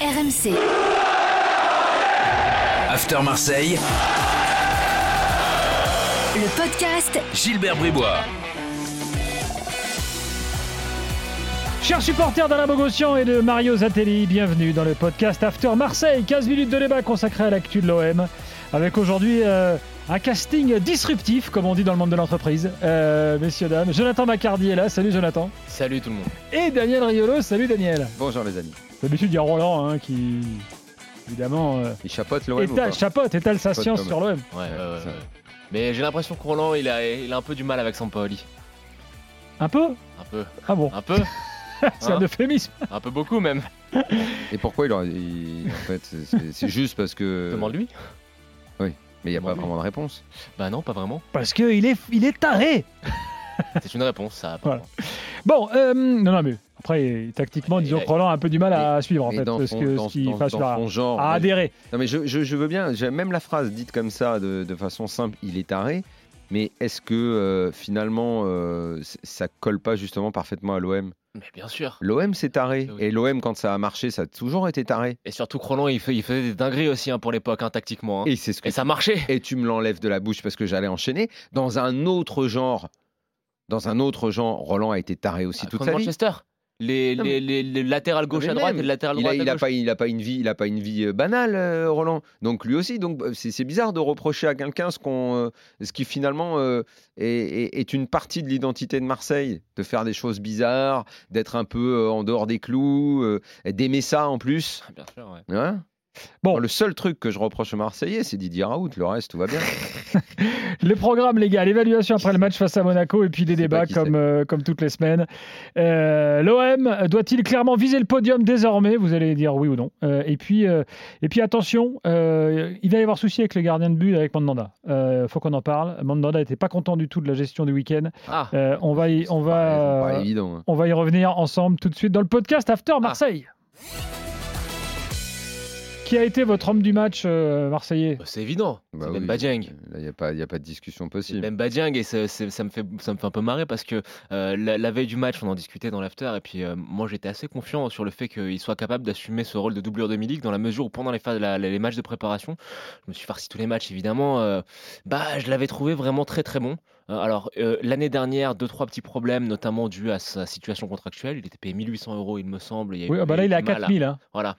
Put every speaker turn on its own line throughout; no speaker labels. RMC.
After Marseille,
Le podcast
Gilbert Bribois.
Chers supporters d'Alain Bogossian et de Mario Zatelli, bienvenue dans le podcast After Marseille, 15 minutes de débat consacré à l'actu de l'OM, avec aujourd'hui euh, un casting disruptif, comme on dit dans le monde de l'entreprise. Euh, messieurs, dames, Jonathan Macardi est là, salut Jonathan.
Salut tout le monde.
Et Daniel Riolo, salut Daniel.
Bonjour les amis.
D'habitude, il y a Roland hein, qui, évidemment, euh,
Il chapote l'OM ou pas
étale, chapote, étale sa
Chapote
science
pas mal.
sur l'OM.
Ouais, ouais, ouais, ouais. Mais j'ai l'impression que Roland, il a, il a un peu du mal avec Sampaoli.
Un peu
Un peu.
Ah bon,
Un peu
c'est un
hein
euphémisme.
Un peu beaucoup même.
Et pourquoi il, en- il- en fait c'est- c'est- c'est juste parce que
Demande-lui.
mais il n'y a pas
demande-lui.
vraiment de réponse.
Bah non, pas vraiment.
Parce qu'il est, il est taré
C'est une réponse, ça. apparemment.
Bon, euh, non, non, mais après, tactiquement,
Et
disons
là,
que Roland a un peu du mal à suivre, en
euh, Mais
fait,
dans
ce
son,
que-
dans-
ce qu'il
dans-
fasse
dans
là.
son genre.
À
mais-
adhérer.
Non mais je, je- je veux bien, j'ai- même la phrase dite comme ça de, de façon simple, il est taré. Mais est-ce que euh, finalement euh, c- ça colle pas justement parfaitement à l'OM
Mais bien sûr.
L'OM c'est taré
Eh oui.
et l'OM quand ça a marché ça a toujours été taré.
Et surtout que Roland, il, fait- il faisait des dingueries aussi hein, pour l'époque, hein, tactiquement. hein.
Et c'est ce que
Et ça marchait.
et tu me l'enlèves de la bouche parce que j'allais enchaîner dans un autre genre. Dans un autre genre, Roland a été taré aussi
Ah,
toute
contre
sa vie.
Manchester. Les,
Non,
les, les- les latérales gauche
mais
à droite
même,
et le latéral
Il
droite
a, il
à
a
gauche.
pas, il a pas une vie, il a pas une vie euh, banale, euh, Roland. Donc lui aussi, donc euh, c'est c'est bizarre de reprocher à quelqu'un ce qu'on, euh, ce qui finalement euh, est, est- est une partie de l'identité de Marseille, de faire des choses bizarres, d'être un peu euh, en dehors des clous, euh, et d'aimer ça en plus.
Ah, Bien sûr, ouais.
Hein
Bon.
Bon, le seul truc que je reproche aux Marseillais, c'est Didier Raoult. Le reste, tout va bien.
Le programme, les gars, l'évaluation après le match face à Monaco et puis des
sais
débats
pas qui
comme,
c'est.
euh, comme toutes les semaines. Euh, L'OM doit-il clairement viser le podium désormais Vous allez dire oui ou non. Euh, et, puis, euh, et puis attention, euh, il va y avoir souci avec le gardien de but avec Mandanda. Euh, faut qu'on en parle. Mandanda n'était pas content du tout de la gestion du week-end.
Ah,
Euh, on va y, on
Pas-
va,
pas évident. hein.
on va y revenir ensemble tout de suite dans le podcast After
Ah.
Marseille. Qui a été votre homme du match euh, marseillais
bah, c'est évident.
Bah
c'est
oui,
Ben Badjang.
Là, il n'y a pas, il y a pas de discussion possible.
Même Badiang, et ça, c'est- ça me fait, ça me fait un peu marrer parce que euh, la, la veille du match, on en discutait dans l'after, et puis euh, moi j'étais assez confiant sur le fait qu'il soit capable d'assumer ce rôle de doublure de Milik dans la mesure où pendant les, phases- la- les matchs de préparation, je me suis farci tous les matchs évidemment, euh, bah, je l'avais trouvé vraiment très très bon. Euh, Alors, euh, l'année dernière, deux, trois petits problèmes, notamment dus à sa situation contractuelle. Il était payé 1800 euros, il me semble. Il y a eu-
Oui, ah bah là,
eu
il est à
du mal
4000. hein.
Voilà.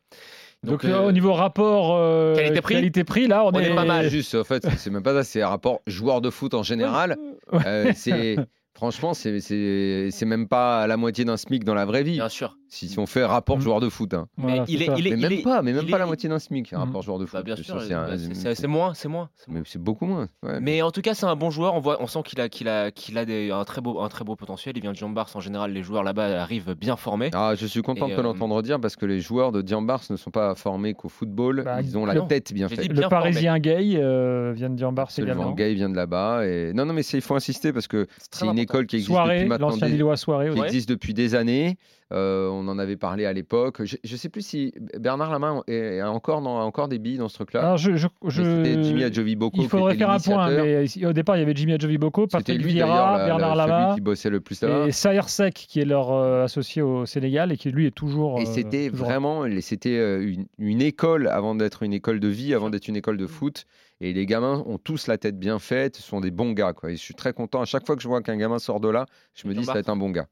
Donc,
euh,
euh, au niveau rapport euh,
qualité-prix
qualité-prix, là, on,
On est pas mal.
C'est juste, en fait, c'est même pas ça. C'est un rapport joueur de foot en général. Euh, c'est franchement, c'est- c'est c'est même pas la moitié d'un SMIC dans la vraie vie.
Bien sûr.
Si, si on fait rapport
Mm.
joueur de foot, hein.
Voilà,
mais il
c'est
est,
ça.
il est-
mais
il
même
est-
pas, mais même
il
pas
est-
la moitié d'un SMIC, un
Mm.
rapport joueur de foot.
Bah, bien
C'est
sûr,
c'est un-
bah, c'est c'est- c'est moins. C'est moins. c'est moins.
mais c'est beaucoup moins. ouais.
Mais en tout cas, c'est un bon joueur. On, voit, on sent qu'il a, qu'il a, qu'il a des- un, très beau, un très beau potentiel. Il vient de Jambars. En général, les joueurs là-bas arrivent bien formés.
Ah, je suis content
Et,
de te
euh,
l'entendre dire parce que les joueurs de Diambars ne sont pas formés qu'au football.
Bah,
ils ont la
non.
tête bien
J'ai
faite.
dit-
Le
bien formé.
Parisien gay euh, vient de Diambars
Absolument.
également.
Gay vient de là-bas. Et... Non, non, mais c'est- il faut insister parce que
très
c'est une
important.
école qui existe
Soirée,
depuis maintenant
l'ancien
des-
Lillois soirée.
qui
aussi.
Ouais.
existe depuis des années. Euh, on en avait parlé à l'époque. Je ne sais plus si Bernard Lamain est- est encore, dans, a encore des billes dans ce truc-là.
Alors, je, je-
Mais
Ah, je-
C'était Jimmy Adjoviboko.
il faudrait faire un point. Mais ici, au départ, il y avait Jimmy Adjoviboko,
C'était
Patrick
lui d'ailleurs
Vieira,
la- la-
Bernard
celui
Lama
qui bossait le plus là-bas.
et Sayer Sek, qui est leur euh, associé au Sénégal et qui lui est toujours.
Et
euh,
c'était
toujours-
vraiment, les- c'était euh, une, une école avant d'être une école de vie, avant d'être une école
Mm.
de foot. Et les gamins ont tous la tête bien faite, ce sont des bons gars. Quoi. Et je suis très content. À chaque fois que je vois qu'un gamin sort de là, je me
Jean
dis ça va
Bart.
être un bon gars.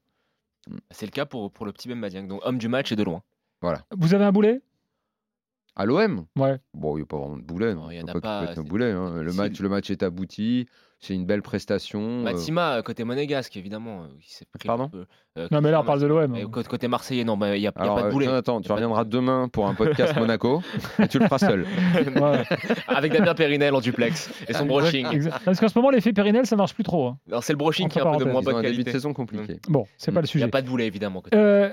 C'est le cas pour, pour le petit Ben Madiang. Donc, homme du match et de loin.
Vous avez un boulet
À l'OM
Ouais.
Bon, il n'y a pas vraiment de boulet. hein.
Non, il y en a
Pourquoi tu
pas,
peux être nos
c'est-
boulets, hein. Le,
difficile.
match, le match est abouti. C'est une belle prestation. euh,
Matsima, euh, côté monégasque, évidemment. euh, Il s'est pris
Pardon
un peu, euh,
Non, mais là, on parle de l'OM. hein.
mais côté, côté marseillais, non, bah, il n'y a, il y a
Alors,
pas de
euh,
boulet.
Jonathan, tu
pas de
reviendras demain pour un podcast Monaco et tu le feras seul.
Ouais,
Avec Damien Périnel en duplex et
Ah,
son brushing.
exact. Parce qu'en ce moment, l'effet Périnel, ça marche plus trop. hein.
Non, C'est le brushing
Entre
qui est un peu de
parenthèses.
moins
Ils ont
bonne
un début de
qualité.
saison compliqué.
Bon, c'est
Hmm.
pas le
Il n'y
sujet.
a pas de boulet, évidemment. côté-
Euh,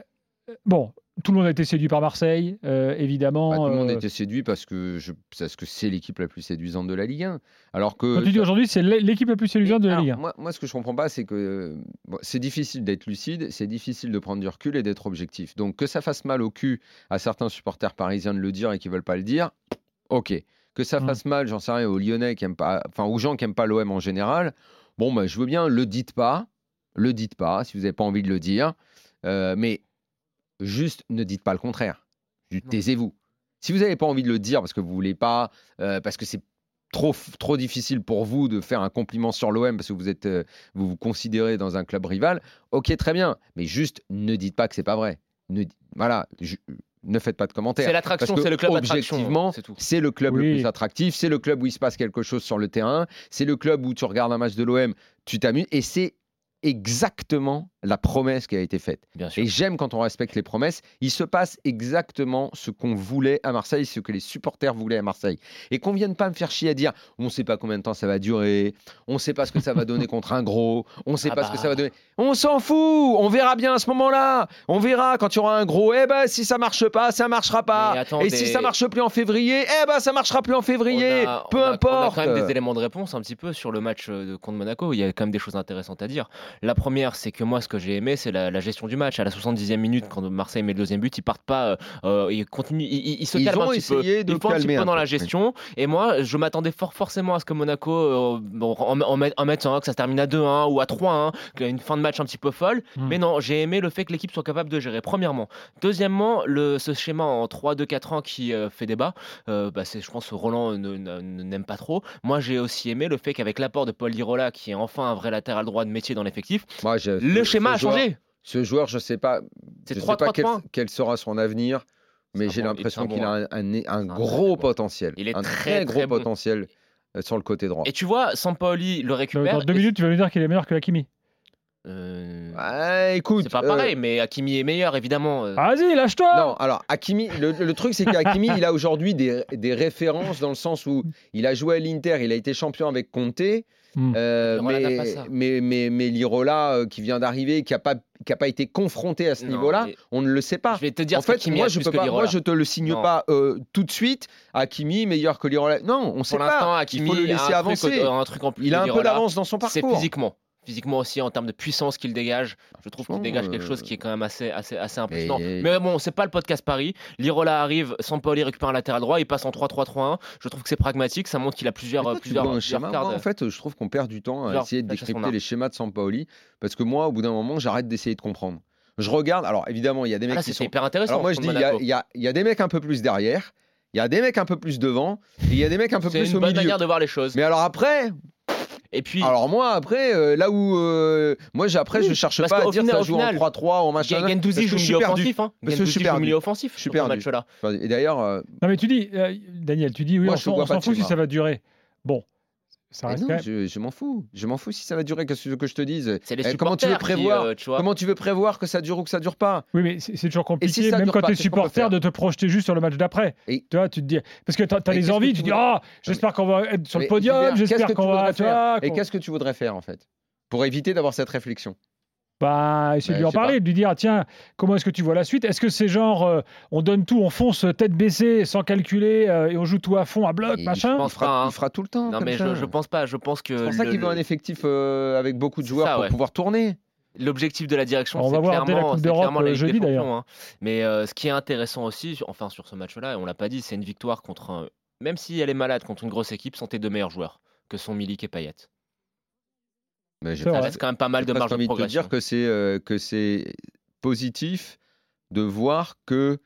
bon, tout le monde a été séduit par Marseille, euh, évidemment.
Bah, tout le monde
euh,
était séduit parce que je- parce que c'est l'équipe la plus séduisante de la Ligue 1. Alors que
Quand tu dis aujourd'hui, c'est l'é- l'équipe la plus séduisante de la
Alors,
Ligue. un.
Moi, moi, ce que je comprends pas, c'est que euh, bon, c'est difficile d'être lucide, c'est difficile de prendre du recul et d'être objectif. Donc, que ça fasse mal au cul à certains supporters parisiens de le dire et qui veulent pas le dire, ok. Que ça
Mm.
fasse mal, j'en sais rien, aux Lyonnais qui aiment pas, enfin aux gens qui aiment pas l'OM en général. Bon, bah, je veux bien, le dites pas, le dites pas si vous n'avez pas envie de le dire, Euh, mais juste ne dites pas le contraire. Juste
Non.
Taisez-vous. Si vous n'avez pas envie de le dire parce que vous voulez pas, euh, parce que c'est trop, trop difficile pour vous de faire un compliment sur l'OM parce que vous, êtes, euh, vous vous considérez dans un club rival, ok, très bien. Mais juste ne dites pas que c'est pas vrai. Ne, di- voilà, je- ne faites pas de commentaires.
C'est l'attraction,
Parce que
c'est le club attraction,
objectivement,
c'est tout.
c'est le club
Oui.
le plus attractif, c'est le club où il se passe quelque chose sur le terrain, c'est le club où tu regardes un match de l'OM, tu t'amuses, et c'est exactement la promesse qui a été faite.
Bien sûr.
Et j'aime quand on respecte les promesses, il se passe exactement ce qu'on voulait à Marseille, ce que les supporters voulaient à Marseille. Et qu'on vienne pas me faire chier à dire, on ne sait pas combien de temps ça va durer, on ne sait pas ce que ça va donner contre un gros, on ne sait
Ah
pas ce que
bah.
ça va donner. On s'en fout, on verra bien à ce moment-là, on verra quand il y aura un gros, eh ben si ça marche pas, ça marchera pas.
Mais
Et
attendez.
si ça marche plus en février, eh ben ça marchera plus en février,
On a-
peu
on a-
importe.
On a quand même des éléments de réponse un petit peu sur le match euh, de- contre Monaco. Il y a quand même des choses intéressantes à dire. La première, c'est que moi, ce que j'ai aimé, c'est la, la gestion du match. À la 70e minute, quand Marseille met le deuxième but, ils partent pas. euh, euh, ils continuent. Ils, ils- ils se
Ils
calment
ont
un petit peu.
essayé de
ils font un petit
calmer
peu
un
dans
peu,
la
oui.
gestion. Et moi, je m'attendais fort forcément à ce que Monaco euh, bon, en, en mette- en mette un, que ça se termine à 2-1 ou à 3-1, qu'il y a une fin de match un petit peu folle.
Hmm.
Mm.
Mais non, j'ai aimé le fait que l'équipe soit capable de gérer. Premièrement. Deuxièmement, le, ce schéma en 3-2-4 ans qui euh, fait débat. Euh, bah, c'est, je pense que Roland ne- ne- ne- n'aime pas trop. Moi, j'ai aussi aimé le fait qu'avec l'apport de Paul Lirola, qui est enfin un vrai latéral droit de métier dans l'effectif,
Moi, je-
le
ce
schéma a
Bah, joueur-
changé.
Ce joueur, je sais pas,
C'est
je sais
3
pas
3
quel,
points.
quel sera son avenir,
C'est
mais
un
j'ai
bon-
l'impression
c'est un
qu'il
bon,
a un, un- un
bon
gros
joueur.
potentiel.
Il est
un
très,
gros
très bon.
potentiel euh, sur le côté droit.
Et tu vois, Sampaoli le
Dans,
récupère.
dans deux
et-
minutes, tu vas me dire qu'il est meilleur que Hakimi.
Euh,
Ouais, Bah, écoute,
c'est pas
euh, Ah,
pareil, mais Hakimi est meilleur, évidemment. Euh,
Ah, Vas-y, lâche-toi
Non, alors Hakimi, le, le truc c'est qu'Hakimi, il a aujourd'hui des, des références dans le sens où il a joué à l'Inter, il a été champion avec Conte,
Hmm.
euh,
Lirola n'a
mais,
pas ça.
mais, mais, mais Lirola euh, qui vient d'arriver, qui n'a pas, qui a pas été confronté à ce
Non,
niveau-là,
mais-
on ne le sait pas.
Je vais te dire
en
ce
fait,
qu'Hakimi
moi
a
je,
plus
peux
que
pas,
Lirola.
moi, je te le signe
Non.
pas euh, tout de suite. Hakimi meilleur que Lirola. Non, on sait
Pour l'instant,
pas.
Hakimi
il faut le
a un
laisser
truc-
avancer.
euh, un truc en plus
il
de
a un peu
Lirola,
d'avance dans son
C'est
parcours.
physiquement. Physiquement aussi, en termes de puissance qu'il dégage, je trouve qu'il
Franchement,
dégage quelque
euh,
chose qui est quand même assez, assez, assez impressionnant.
mais-
Mais, bon, c'est pas le podcast Paris. Lirola arrive, Sampaoli récupère un latéral droit, il passe en 3-3-3-1. Je trouve que c'est pragmatique, ça montre qu'il a plusieurs,
Mais toi, tu
plusieurs,
vois un
plusieurs
schéma.
quarts
Moi,
de-
en fait, je trouve qu'on perd du temps à
Genre,
essayer de
flèche à son
décrypter
arc.
les schémas de Sampaoli parce que moi, au bout d'un moment, j'arrête d'essayer de comprendre. Je regarde. Alors, évidemment, il y a des
Ah
mecs
là,
qui
c'était
sont.
hyper intéressant.
Alors, moi, je dis,
contre
il y, a-
Monaco.
il y a- il y a des mecs un peu plus derrière, il y a des mecs un peu plus devant, et il y a des mecs un peu
c'est
plus
une
au
bonne
milieu.
manière de voir les choses.
Mais alors après,
Et puis,
alors moi après, euh, là où euh, moi j'ai- après
Oui,
je cherche
parce
pas
qu'au
à dire
final-
ça
au
joue en
final,
3-3 en machin.
Gen- Gendouzi
parce que
joue
je suis
milieu
perdu.
offensif. Hein.
Parce que je suis
Gendouzi joue
perdu.
milieu offensif
Je suis
sur ce
perdu.
match-là.
Et d'ailleurs, euh,
Non, mais tu dis, euh, Daniel, tu dis, oui,
Moi,
on
je
s'en
vois
on
pas
s'en
de
fout si
schéma.
ça va durer. Bon, ça
mais
reste
non,
quand même-
je, je m'en fous. Je m'en fous si ça va durer. Qu'est-ce que tu veux que je te dise
C'est les
Eh,
supporters
comment tu veux
qui,
prévoir
euh, tu vois.
Comment tu veux prévoir que ça dure ou que ça dure pas
Oui, mais c'est c'est toujours compliqué,
ça
même
dure
quand
pas,
t'es
qu'est-ce qu'on peut
supporter,
faire
de te projeter juste sur le match d'après.
Et-
Tu vois, tu te dis. Parce que t'as as
Et qu'est-ce
les
que
envies,
tu
tu dis
voudrais-
Ah, j'espère qu'on va être sur le
Mais
podium,
Hubert,
j'espère
qu'est-ce que
qu'on
tu
va.
voudrais
Tu vois,
Et
qu'on-
qu'est-ce que tu voudrais faire en fait pour éviter d'avoir cette réflexion
Bah, essayer de
Bah,
lui en
je sais
parler, de lui dire Ah, tiens, comment est-ce que tu vois la suite Est-ce que c'est genre euh, on donne tout, on fonce tête baissée, sans calculer, euh, et on joue tout à fond, à bloc,
Et
machin
il,
pense
fera,
pas, hein.
il fera tout le temps.
Non,
comme
mais
ça.
je, je pense pas. Je pense que.
c'est pour ça
le-
qu'il veut un
le-
effectif euh, avec beaucoup de
C'est
joueurs
ça,
pour
ouais.
pouvoir tourner.
L'objectif de la direction,
On
c'est
va voir dès la
clairement,
Coupe
c'est
d'Europe,
clairement
euh,
la Ligue
jeudi,
des
d'ailleurs.
Champions. hein. Mais euh, ce qui est intéressant aussi, sur- enfin sur ce match-là, et on l'a pas dit, c'est une victoire contre un- Même si elle est malade contre une grosse équipe, sont tes deux meilleurs joueurs que sont Milik et Payet.
Mais j'ai
C'est
Ça
vrai.
presque-
reste quand même pas mal de
j'ai presque
marge de
envie de te
progression.
dire que c'est euh, que c'est positif de voir que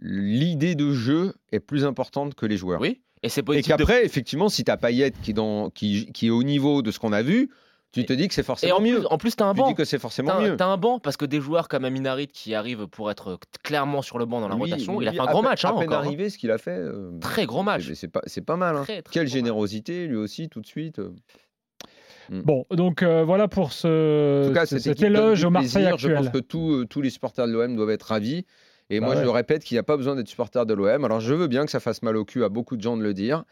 l'idée de jeu est plus importante que les joueurs.
Oui, et c'est
Et
positif. de-
qu'après, effectivement, si t'as Payet qui, est dans, qui, qui est au niveau de ce qu'on a vu, tu te dis que c'est
Et
forcément
en plus,
mieux.
en plus, t'as un
Tu
banc.
dis que c'est forcément
T'as un,
mieux.
t'as un banc parce que des joueurs comme Aminarit qui arrivent pour être clairement sur le banc dans la
Lui-
rotation, il a
lui,
fait un
à
grand
peine-
match hein,
À peine
encore, hein.
arrivé, ce qu'il a fait. euh,
Très gros
c'est-
match.
C'est pas, c'est pas mal. hein.
Très, très
Quelle
grand match.
générosité, lui aussi, tout de suite. euh.
Bon, donc euh, voilà pour ce,
En tout cas,
ce-
cette
cet
équipe donne
éloge
du
au Marseille
plaisir. Je
actuel.
pense que tous, euh, tous les supporters de l'OM doivent être ravis. Et
Bah
moi, je
ouais.
répète qu'il n'y a pas besoin d'être supporter de l'OM. Alors, je veux bien que ça fasse mal au cul à beaucoup de gens de le dire,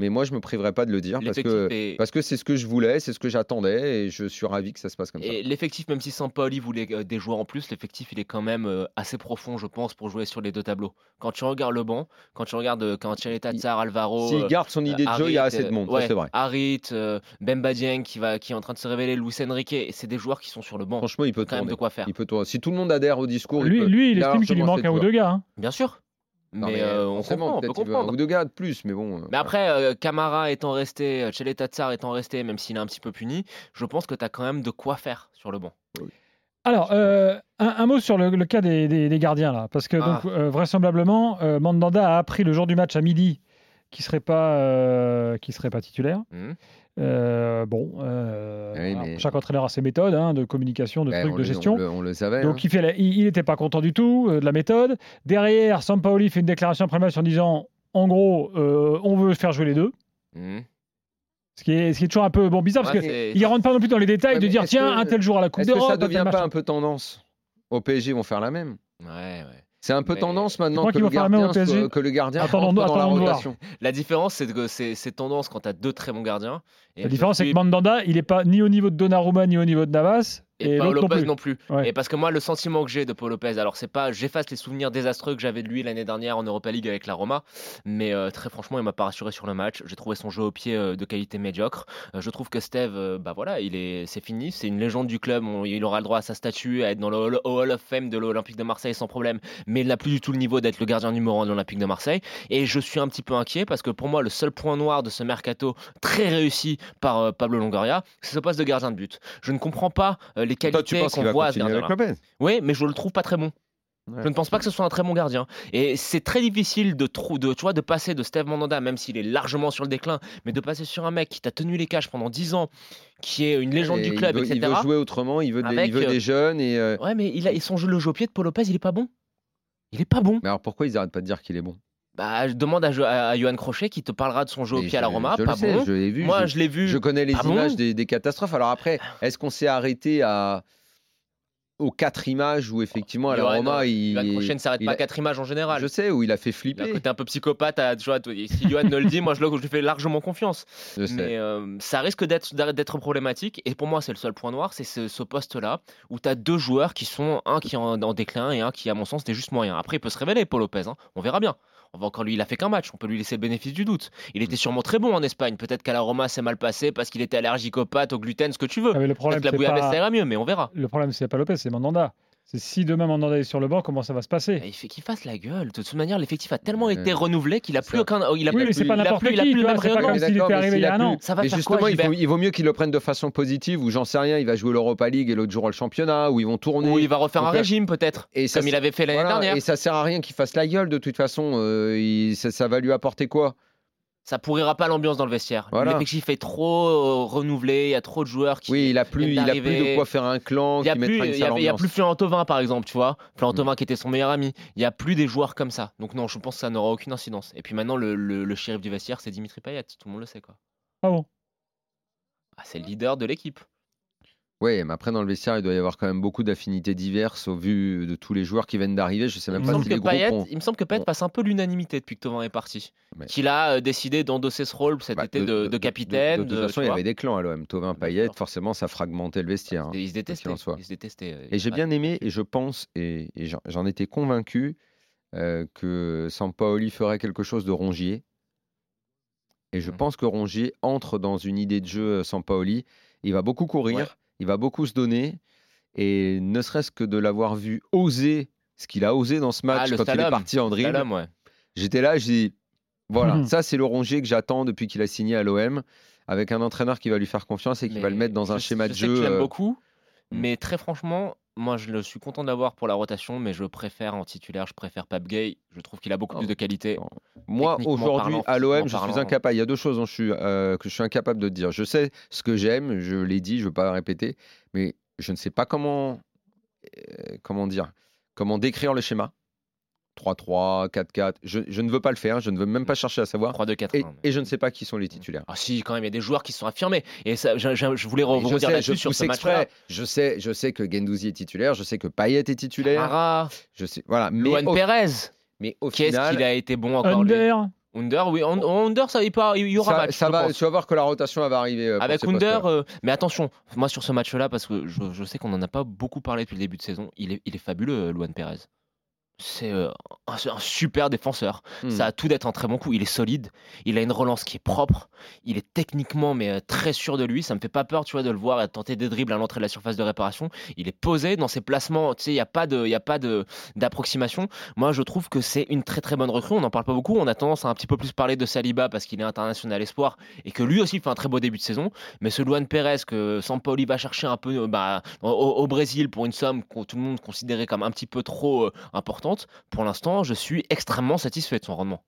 mais moi, je me priverai pas de le dire hein, parce
L'effectif
que
est-
parce que c'est ce que je voulais, c'est ce que j'attendais, et je suis ravi que ça se passe comme ça.
Et l'effectif, même si Sampaoli voulait euh, des joueurs en plus, l'effectif il est quand même euh, assez profond, je pense, pour jouer sur les deux tableaux. Quand tu regardes le banc, quand tu regardes euh, quand Cheleta
Il-
Tsar, Alvaro,
S'il
euh,
garde son idée de jeu, il y a assez de monde. ça, c'est vrai.
Harit, euh, Bemba Dieng qui va qui est en train de se révéler, Luis Enrique, et c'est des joueurs qui sont sur le banc.
Franchement, il peut
quand même
tourner.
de quoi faire.
Il peut tourner. Si tout le monde adhère au discours, il
Lui,
peut-
lui, il
a
estime qu'il lui
largement
manque
assez
un
de
ou
joueurs.
deux gars. hein.
Bien sûr.
Non,
mais euh, on
forcément,
comprend, on peut
peut-être il veut Un
comprendre.
ou deux gars de plus, mais bon. euh,
Mais après, euh, Camara étant resté, euh, Cheleta Tsar étant resté, même s'il est un petit peu puni, je pense que tu as quand même de quoi faire sur le banc.
Alors, euh, un, un mot sur le, le cas des, des- des gardiens, là. Parce que,
Ah.
donc, euh, vraisemblablement, euh, Mandanda a appris le jour du match à midi qu'il ne serait, pas, euh, qu'il serait pas titulaire.
Mhm.
Euh, bon, euh,
Eh Oui,
alors,
mais-
chaque entraîneur a ses méthodes hein, de communication, de
Ben,
trucs,
on
de
le-
gestion.
On le, hein. on le savait.
Donc il fait la- il n'était pas content du tout euh, de la méthode. Derrière, Sampaoli fait une déclaration après le match en disant en gros, euh, on veut faire jouer les deux.
Mhm.
Ce qui est, ce qui est toujours un peu bon bizarre
Ouais,
parce que
c'est-
il rentre pas non plus dans les détails
Ouais,
de
mais
dire
est-ce
tiens
que-
un tel jour à la Coupe
Est-ce que
d'Europe.
ça
un tel
devient
match.
pas un peu tendance Au PSG, ils vont faire la même.
Ouais, ouais.
C'est un peu
Mais-
tendance
Tu
maintenant
crois
que
qu'ils
le,
vont faire la même au
gardien,
PSG?
soit- que le gardien
Attendons-
rentre pas dans la
attendons de voir.
rotation.
La différence, c'est que c'est c'est tendance quand t'as deux très bons gardiens. Et
La différence c'est que
Felipe
Mandanda il est pas ni au niveau de Donnarumma ni au niveau de Navas
et,
et,
Paul
l'autre non
Lopez
plus.
non plus.
Ouais.
Et parce que moi, le sentiment que j'ai de Paul Lopez, alors c'est pas, j'efface les souvenirs désastreux que j'avais de lui l'année dernière en Europa League avec la Roma, mais euh, très franchement, il m'a pas rassuré sur le match. J'ai trouvé son jeu au pied euh, de qualité médiocre. Euh, je trouve que Steve, euh, bah voilà, il est, c'est fini, c'est une légende du club. On- il aura le droit à sa statue, à être dans le Hall, au Hall of Fame de l'Olympique de Marseille sans problème, mais il n'a plus du tout le niveau d'être le gardien numéro un de l'Olympique de Marseille. Et je suis un petit peu inquiet parce que pour moi, le seul point noir de ce mercato très réussi par euh, Pablo Longoria, c'est ce poste de gardien de but. Je ne comprends pas euh, les
Toi, tu
qualités
penses qu'il
qu'on
va
voit à ce
continuer
gardien-là.
avec Lopez
Oui, mais je le trouve pas très bon.
Ouais.
Je ne pense pas que ce soit un très bon gardien. Et c'est très difficile de, trou- de, tu vois, de passer de Steve Mandanda, même s'il est largement sur le déclin, mais de passer sur un mec qui t'a tenu les cages pendant 10 ans, qui est une légende
Et
du club,
il veut, il
etc.
veut jouer autrement, il veut, des, il
Avec,
veut
euh,
des jeunes. Et, euh,
Ouais, mais il a, et son jeu, le jeu au pied de Paul Lopez, il est pas bon. Il est pas bon.
Mais alors pourquoi ils arrêtent pas de dire qu'il est bon
Bah, je demande à, Jo- à- à Johan Crochet qui te parlera de son jeu au
Mais
pied à la
je-
Roma.
je
pas
le sais,
bon.
Je l'ai vu.
Moi,
je,
je l'ai vu.
je connais les
pas bon.
images des, des catastrophes. Alors après,
Ah.
est-ce qu'on s'est arrêté à aux quatre images où effectivement à la
Johan,
Roma, il,
Johan Crochet ne s'arrête
il
pas
a-
à quatre images en général.
je sais où il a
Il a
fait
un
flipper.
côté un peu psychopathe. À, tu vois, si Johan me le dit, moi je le- je lui fais largement confiance.
Je sais.
Mais euh, ça risque d'être d'être problématique. Et pour moi, c'est le seul point noir, c'est ce, ce poste-là où tu as deux joueurs qui sont un qui est en, en déclin et un qui, à mon sens, n'est juste moyen. Après, il peut se révéler, Paul Lopez. hein. On verra bien. On va encore lui, il a fait qu'un match. On peut lui laisser le bénéfice du doute. Il était sûrement très bon en Espagne. Peut-être qu'à la Roma, c'est mal passé parce qu'il était allergique aux pâtes, au gluten, ce que tu veux.
Ah, mais le problème
Peut-être la
c'est
bouillabaisse,
pas
ça ira mieux, mais on verra.
le problème c'est pas Lopez c'est Mandanda. C'est si demain Mandanda est sur le banc comment ça va se passer
Il fait qu'il fasse la gueule. De toute manière, l'effectif a tellement
Ouais.
été renouvelé qu'il a
Ça.
plus aucun. oh, Il a
Oui
plus-
mais c'est
il
pas
a
n'importe
plus-
qui.
il a plus
tu
le
vois,
même
C'est pas
rayonnement.
comme
Mais
s'il
d'accord,
était
mais
arrivé
s'il
il y a
a
un an.
plus-
Ça va
mais
faire
justement,
quoi,
il, faut,
Gilbert
il vaut mieux qu'ils le prennent de façon positive, où j'en sais rien, il va jouer l'Europa League et l'autre jour le championnat, où ils vont tourner.
Ou il va refaire un
Donc, euh,
régime, peut-être.
et ça
Comme il avait fait l'année
Voilà,
dernière.
Et ça sert à rien qu'il fasse la gueule de toute façon. euh, il- ça, ça va lui apporter quoi
ça pourrira pas l'ambiance dans le vestiaire.
Voilà.
L'effectif est trop euh, renouvelé, il y a trop de joueurs qui.
Oui, il a plus,
viennent
il a plus
d'arriver.
de quoi faire un clan
il y a
qui mettra
plus,
une
il y a,
sale
il y a
ambiance. Mm.
plus Florentovin par exemple, tu vois, Florentovin qui était son meilleur ami. Il y a plus des joueurs comme ça. Donc non, je pense que ça n'aura aucune incidence. Et puis maintenant, le, le- le shérif du vestiaire, c'est Dimitri Payet, tout le monde le sait quoi.
Ah bon.
Ah, c'est le leader de l'équipe.
Oui, mais après dans le vestiaire, il doit y avoir quand même beaucoup d'affinités diverses au vu de tous les joueurs qui viennent d'arriver. Je sais
Il
même
me,
pas
semble
si les
que
groupes
Payet,
ont-
il me semble que Payet passe un peu l'unanimité depuis que Tovin est parti.
Mais-
Qu'il a euh, décidé d'endosser ce rôle cet
Bah,
été de, de capitaine.
De, de
de-
toute
tu
façon, il y
vois.
avait des clans à l'OM. Tovin,
Bien
Payet,
sûr.
forcément, ça fragmentait le vestiaire. hein.
Ils se détestaient.
en soit.
Ils se détestaient. euh,
Et j'ai
ouais.
bien aimé, et je pense, et, et j'en- j'en étais convaincu, euh, que Sampaoli ferait quelque chose de Rongier. Et je
Mhm.
pense que Rongier entre dans une idée de jeu euh, Sampaoli. Il va beaucoup courir,
Ouais.
il va beaucoup se donner. Et ne serait-ce que de l'avoir vu oser ce qu'il a osé dans ce match
Ah, le
quand il est
slalom.
parti en dribble,
Slalom, Mmh ouais.
J'étais là, j'ai dit, voilà,
Mhm.
ça c'est le Rongier que j'attends depuis qu'il a signé à l'OM, avec un entraîneur qui va lui faire confiance et qui va
Mais
le mettre dans un
je-
schéma
je
de
sais que
jeu.
Je l'aime
euh,
beaucoup,
Mm.
mais très franchement, moi je le suis content d'avoir pour la rotation, mais je préfère en titulaire, je préfère Pape Gay. Je trouve qu'il a beaucoup
Oh.
plus de qualité.
Oh. Moi,
techniquement
aujourd'hui,
parlant,
à l'OM, je
physiquement
suis
parlant.
incapable. Il y a deux choses dont je suis, euh, que je suis incapable de dire. Je sais ce que j'aime, je l'ai dit, je ne veux pas la répéter, mais je ne sais pas comment, euh, comment dire, comment décrire le schéma. 3-3, 4-4. Je, je ne veux pas le faire, je ne veux même
Mm.
pas chercher à savoir.
3 2 4
Et, et je ne sais pas qui sont les titulaires.
hein, Ah si, quand même, il y a des joueurs qui se sont affirmés. Et ça, je, je- je voulais
Mais je
rebondir
sais, je
là-dessus sur
pousse
ce match-là.
exprès. Je sais, je sais que Gendouzi est titulaire, je sais que Payet est titulaire.
Camara,
Je sais, voilà. Mais
Luan
au,
Perez,
mais au
qu'est-ce
final,
qu'il a été bon encore lui.
Under.
Under, oui, on- Under, ça il part- il y aura
ça,
match.
ça
je
va,
pense.
tu vas voir que la rotation elle va arriver. euh, pour
Avec
ces
Under,
postes-là.
euh, mais attention, moi sur ce match-là, parce que je, je sais qu'on n'en a pas beaucoup parlé depuis le début de saison, il est, il est fabuleux, euh, Luan Perez. c'est euh, un, c'est un super défenseur.
Hmm.
Ça a tout d'être un très bon coup. Il est solide, il a une relance qui est propre, il est techniquement mais euh, très sûr de lui. Ça me fait pas peur, tu vois, de le voir euh, tenter des dribbles à l'entrée de la surface de réparation. Il est posé dans ses placements. Tu sais, il y a pas de, il y a pas de d'approximation. Moi, je trouve que c'est une très très bonne recrue. On n'en parle pas beaucoup. On a tendance à un petit peu plus parler de Saliba parce qu'il est international espoir et que lui aussi fait un très beau début de saison. Mais ce Luan Pérez que Sampaoli va chercher un peu euh, bah, au, au Brésil pour une somme que tout le monde considérait comme un petit peu trop euh, importante, pour l'instant, je suis extrêmement satisfait de son rendement.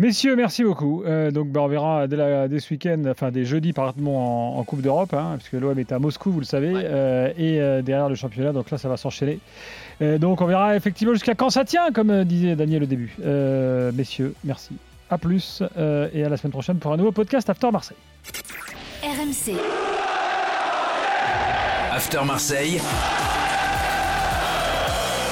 Messieurs, merci beaucoup. Euh, donc, bah, on verra dès, la- dès ce week-end, enfin des jeudis, pardon, en, en Coupe d'Europe, hein, puisque l'OM est à Moscou, vous le savez,
Ouais.
euh, et euh, derrière le championnat. Donc là, ça va s'enchaîner. Euh, donc, on verra effectivement jusqu'à quand ça tient, comme euh, disait Daniel au début. Euh, messieurs, merci. À plus euh, et à la semaine prochaine pour un nouveau podcast After Marseille.
RMC.
After Marseille,